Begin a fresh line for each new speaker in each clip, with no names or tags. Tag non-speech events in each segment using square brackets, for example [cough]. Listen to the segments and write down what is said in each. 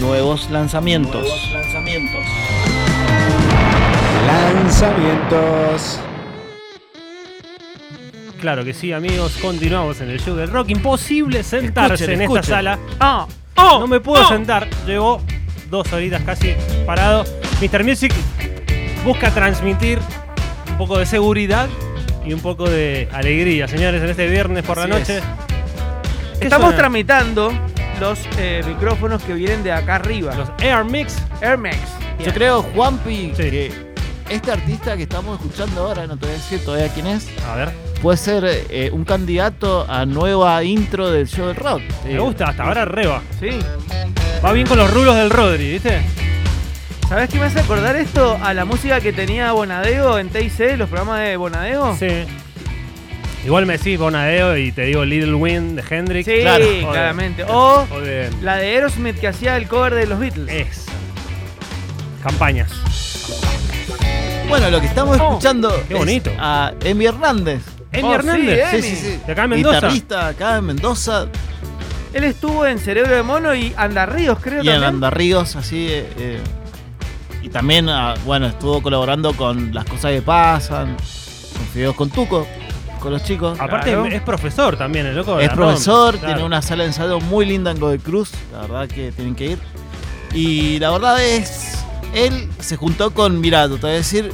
Nuevos lanzamientos.
Nuevos lanzamientos.
Lanzamientos.
Claro que sí, amigos. Continuamos en el show del rock. Imposible sentarse
Escuchen,
en
escuchen.
esta sala.
Ah,
oh,
No me puedo sentar. Llevo dos horitas casi parado. Mr. Music busca transmitir un poco de seguridad y un poco de alegría, señores, en este viernes por la
Así
noche.
es.
¿Qué
Estamos
suena?
tramitando los eh, micrófonos que vienen de acá arriba.
Los Air Mix.
Air Max.
Yo creo, Juanpi,
Sí.
que este artista que estamos escuchando ahora, no te voy a decir todavía quién es,
A ver,
puede ser eh, un candidato a nueva intro del show del rock.
me gusta, hasta ahora reba.
Sí.
Va bien con los rulos del Rodri, ¿viste?
¿Sabes qué me hace acordar esto a la música que tenía Bonadeo en TIC, los programas de Bonadeo?
Sí. Igual me decís Bonadeo y te digo Little Wind de Hendrix.
Sí,
Claro, o de-
claramente. O
o de-
la de Aerosmith que hacía el cover de los Beatles.
Es. Campañas.
Bueno, lo que estamos
Oh,
escuchando
qué
es
bonito.
a Emi Hernández.
Emi
Oh, sí,
Hernández.
¿eh?
Sí,
Emi.
sí, sí.
De acá de Mendoza.
Guitarrista acá en Mendoza
Él estuvo en Cerebro de Mono y Andarríos, creo
y en
también.
Andarríos, así. eh, eh, y también, ah, bueno, estuvo colaborando con Las Cosas que Pasan, con Fideos con Tuco, con los chicos.
Aparte
Claro.
es profesor también, el loco.
es
la
profesor,
rompe,
tiene
claro.
una sala de ensayo muy linda en Godoy Cruz, la verdad que tienen que ir. Y la verdad es, él se juntó con, mirá, te voy a decir,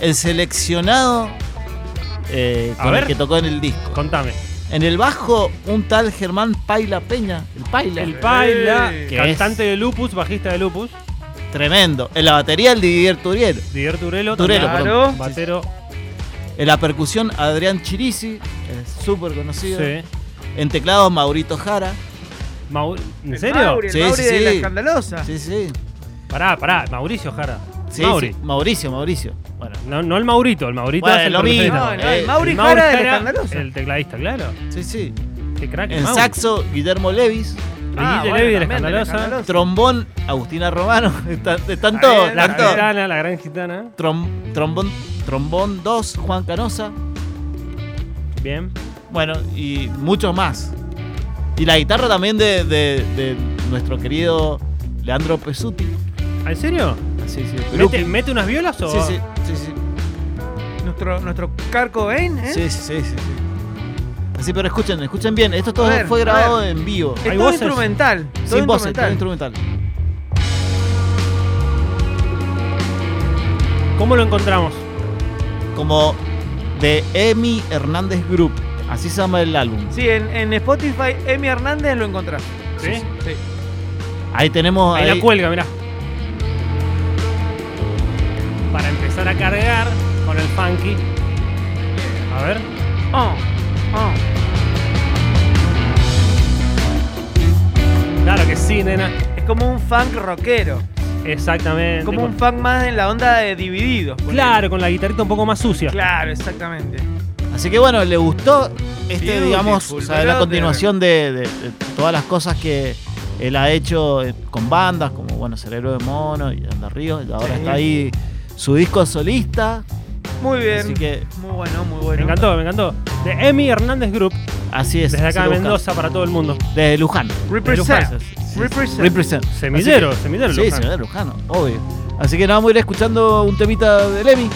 el seleccionado eh,
A
con el
ver.
que tocó en el disco.
Contame.
En el bajo, un tal Germán Paila Peña, el Paila,
El Paila,
Eh.
cantante de Lupus, bajista de Lupus.
tremendo. En la batería, el Didier Turiel.
Didier Turelo.
Turelo,
también,
perdón.
Batero.
En la percusión, Adrián Chirisi, es súper conocido.
Sí.
En teclados, Maurito Jara.
Mau- ¿En
El
serio?
Mauri, el
Sí, sí,
Mauri de La
sí.
Ah.
Escandalosa.
Sí, sí.
Pará, pará. Mauricio Jara.
sí
Mauri.
sí. Mauricio, Mauricio. Bueno,
No, no el Maurito, el Maurito
Bueno,
es el
lo mismo.
percusionista.
No, no, el
Eh,
Mauri
El
Jara de La
Jara,
Escandalosa.
El tecladista, claro.
sí, sí.
Qué crack el
En
Mauri.
saxo, Guillermo Levis.
Ah,
bueno,
Levi de La
también de La
Escandalosa.
Trombón, Agustina Romano. [laughs] Están, están
Ahí
todos.
está.
La
están todos.
gitana, la gran gitana.
Trom- trombón, trombón 2, Juan Canosa.
Bien.
Bueno, y muchos más. Y la guitarra también de, de- de nuestro querido Leandro Pesuti.
¿En serio?
Sí, sí.
¿Mete, mete unas violas o.?
Sí, sí, sí, sí.
Nuestro, nuestro Carco Bain, ¿eh?
Sí, sí, sí, sí, sí. Así, pero escuchen, escuchen bien. Esto todo
A ver,
fue
a
grabado en vivo.
Es
Hay
todo
voces.
instrumental. Todo
Sin voces, todo
instrumental.
instrumental.
¿Cómo lo encontramos?
Como de Emi Hernández Group. Así se llama el álbum.
Sí, en, en Spotify, Emi Hernández lo encontrás.
¿Sí?
Sí.
Ahí tenemos.
Ahí la
ahí-
cuelga, mirá. Para empezar a cargar con el funky. A ver.
Oh, oh.
Claro que sí, nena.
Es como un funk rockero.
Exactamente.
Como
Con-
un funk más en la onda de dividido.
Claro, con la guitarrita un poco más sucia.
Claro, exactamente.
Así que bueno, le gustó este,
Beautiful,
digamos, o sea, la
brother.
continuación de, de- de todas las cosas que él ha hecho eh, con bandas, como bueno, Cerebro de Mono y Andar Ríos, y ahora
Sí.
está ahí su disco solista.
Muy bien.
Así que,
Muy bueno, muy bueno.
Me encantó, me encantó. De Emi Hernández Group,
así es.
desde
se
acá de
lo busca.
Mendoza para todo el mundo.
Desde Luján.
Represent.
Sí, sí.
Represent.
Represent.
Semillero, semillero.
Sí,
Luján.
señor de Luján, obvio. Así que nada, vamos a ir escuchando un temita de Lemmy.